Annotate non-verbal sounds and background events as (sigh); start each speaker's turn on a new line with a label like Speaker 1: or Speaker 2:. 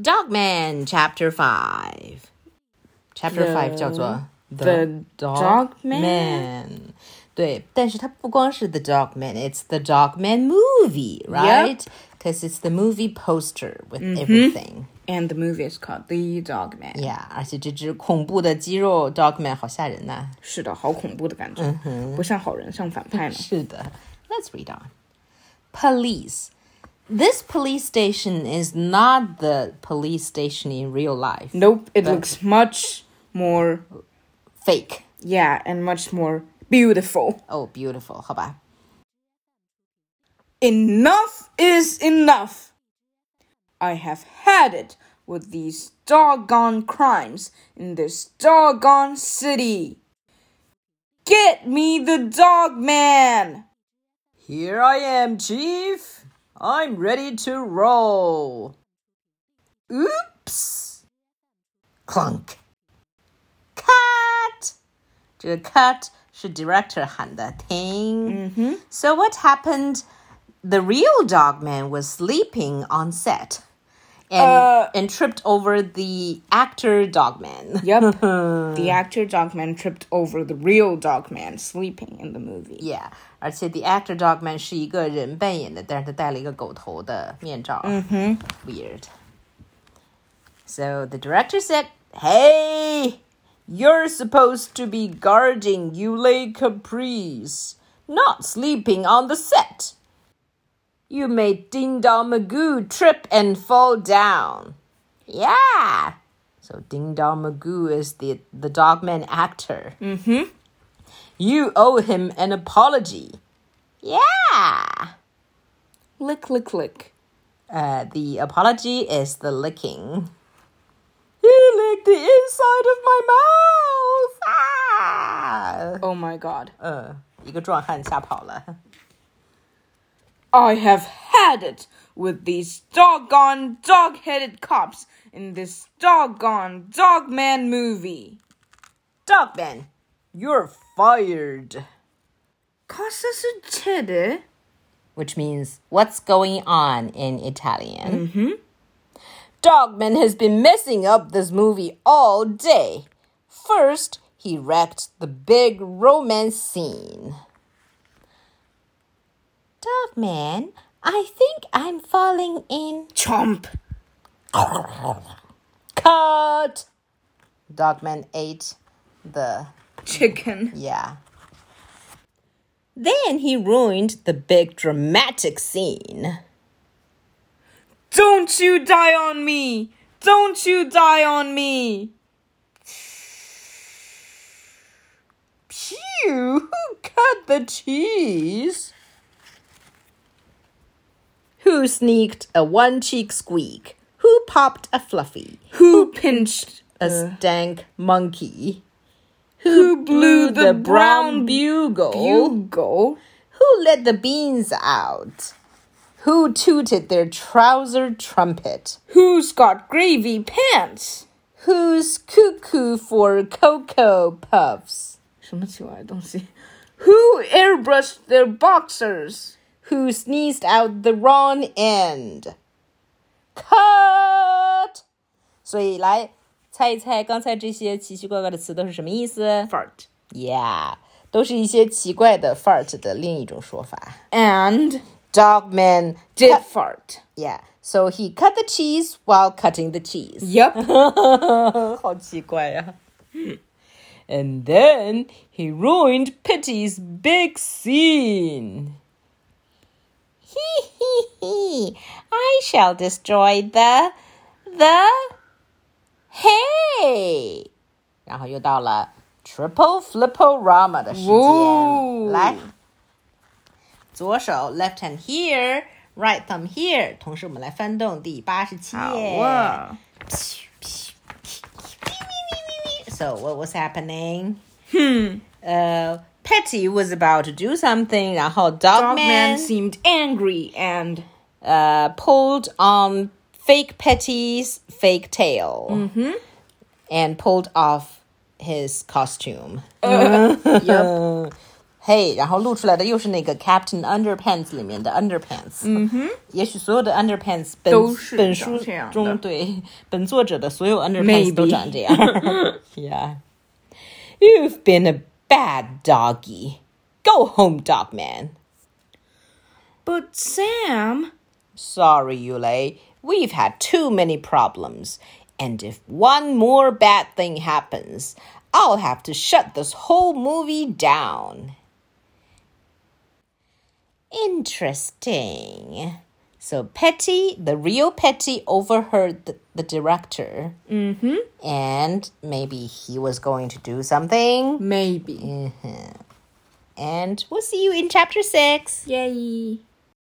Speaker 1: Dogman Chapter Five。Chapter
Speaker 2: The-
Speaker 1: Five 叫做
Speaker 2: The Dogman？
Speaker 1: Man 对，但是它不光是 The Dogman，it's The Dogman movie, right? Because it's the movie poster with
Speaker 2: Mm-hmm。
Speaker 1: everything.
Speaker 2: And the movie is called The Dogman。
Speaker 1: Yeah，而且这只恐怖的肌肉 Dogman 好吓人呐、
Speaker 2: 是的，好恐怖的感觉，不像好人，像反派呢。
Speaker 1: Let's read on. Police. This police station is not the police station in real life.
Speaker 2: Nope, it looks much more
Speaker 1: Fake.
Speaker 2: yeah and much more beautiful.
Speaker 1: Oh, beautiful. 好吧。
Speaker 2: Enough is enough. I have had it with these doggone crimes in this doggone city. Get me the dog man.
Speaker 1: Here I am, Chief. I'm ready to roll. Oops. Clunk. Cut. 这个 cut 是 director 喊的，停。Mm-hmm. So what happened? The real dogman was sleeping on set, and
Speaker 2: Uh.
Speaker 1: and tripped over the actor dogman.
Speaker 2: Yep. the actor dog man tripped over the real dog man sleeping in the movie.
Speaker 1: Yeah，而且 The Actor Dogman 是一个人扮演的，但是他戴了一个狗头的面罩。嗯哼，Weird. So the director said, "Hey, you're supposed to be guarding Yule Caprice, not sleeping on the set. You made Ding Dong Magoo trip and fall down. Yeah." So Ding Dong Magoo is the the Dogman actor. You owe him an apology. Yeah.
Speaker 2: Lick, lick, lick.
Speaker 1: Uh, the apology is the licking. You licked the inside of my mouth. Ah! Uh,
Speaker 2: Oh my god.
Speaker 1: 嗯，一个壮汉吓跑了。
Speaker 2: I have had it with these doggone dog headed cops in this doggone dogman movie.
Speaker 1: Dogman, you're fired.
Speaker 2: Cosa succede?
Speaker 1: Which means what's going on in Italian. Mm-hmm. Dogman has been messing up this movie all day. First, he wrecked the big romance scene. Dogman, I think I'm falling in.
Speaker 2: Chomp.
Speaker 1: Cut! Dogman ate the.
Speaker 2: Chicken.
Speaker 1: Yeah. Then he ruined the big dramatic scene.
Speaker 2: Don't you die on me! Don't you die on me!
Speaker 1: Phew! Who cut the cheese? Who sneaked a one cheek squeak? Who popped a fluffy?
Speaker 2: Who pinched?
Speaker 1: A stank monkey?
Speaker 2: Who blew the brown
Speaker 1: bugle?
Speaker 2: bugle?
Speaker 1: Who let the beans out? Who tooted their trouser trumpet?
Speaker 2: Who's got gravy pants?
Speaker 1: Who's cuckoo for Cocoa Puffs?
Speaker 2: 什么奇怪的东西? Who airbrushed their boxers?
Speaker 1: Who sneezed out the wrong end? Cut！所以来猜一猜，刚才这些奇奇怪怪的词都是什么意思
Speaker 2: Fart.
Speaker 1: ？Yeah，都是一些奇怪的 fart 的另一种说法。
Speaker 2: And
Speaker 1: Dogman
Speaker 2: did
Speaker 1: cut-
Speaker 2: fart.
Speaker 1: yeah, so he cut the cheese while cutting the cheese.
Speaker 2: (laughs) Yep.
Speaker 1: 好奇怪呀、And then he ruined Pity's big scene. Hee hee hee! I shall destroy the the hay. 然后又到了 triple flipporama 的时间，
Speaker 2: 哦
Speaker 1: 来，左手 left hand here。Right thumb here，同时我们来翻动第八十七页。So what was happening? Hmm. Uh, Petty was about to do something, 然后
Speaker 2: Dogman
Speaker 1: Dogman
Speaker 2: seemed angry
Speaker 1: (laughs)
Speaker 2: and
Speaker 1: uh pulled on fake Petty's fake tail and pulled off his costume. Hey，然后露出来的又是那个 Captain Underpants 里面的 Underpants。嗯哼，也许所有的 Underpants 本
Speaker 2: 都是
Speaker 1: 本书
Speaker 2: 长这样的
Speaker 1: 中对本作者的所有 Underpants 都
Speaker 2: Maybe
Speaker 1: 长这样。yeah,
Speaker 2: (laughs)
Speaker 1: you've been a bad doggy. Go home, dog man.
Speaker 2: But Sam,
Speaker 1: Sorry, Yule. We've had too many problems. And if one more bad thing happens, I'll have to shut this whole movie down. Interesting. So Petty, the real Petty, overheard the, the director. Mm-hmm. And maybe he was going to do something.
Speaker 2: maybe.
Speaker 1: And we'll see you in chapter six.
Speaker 2: Yay.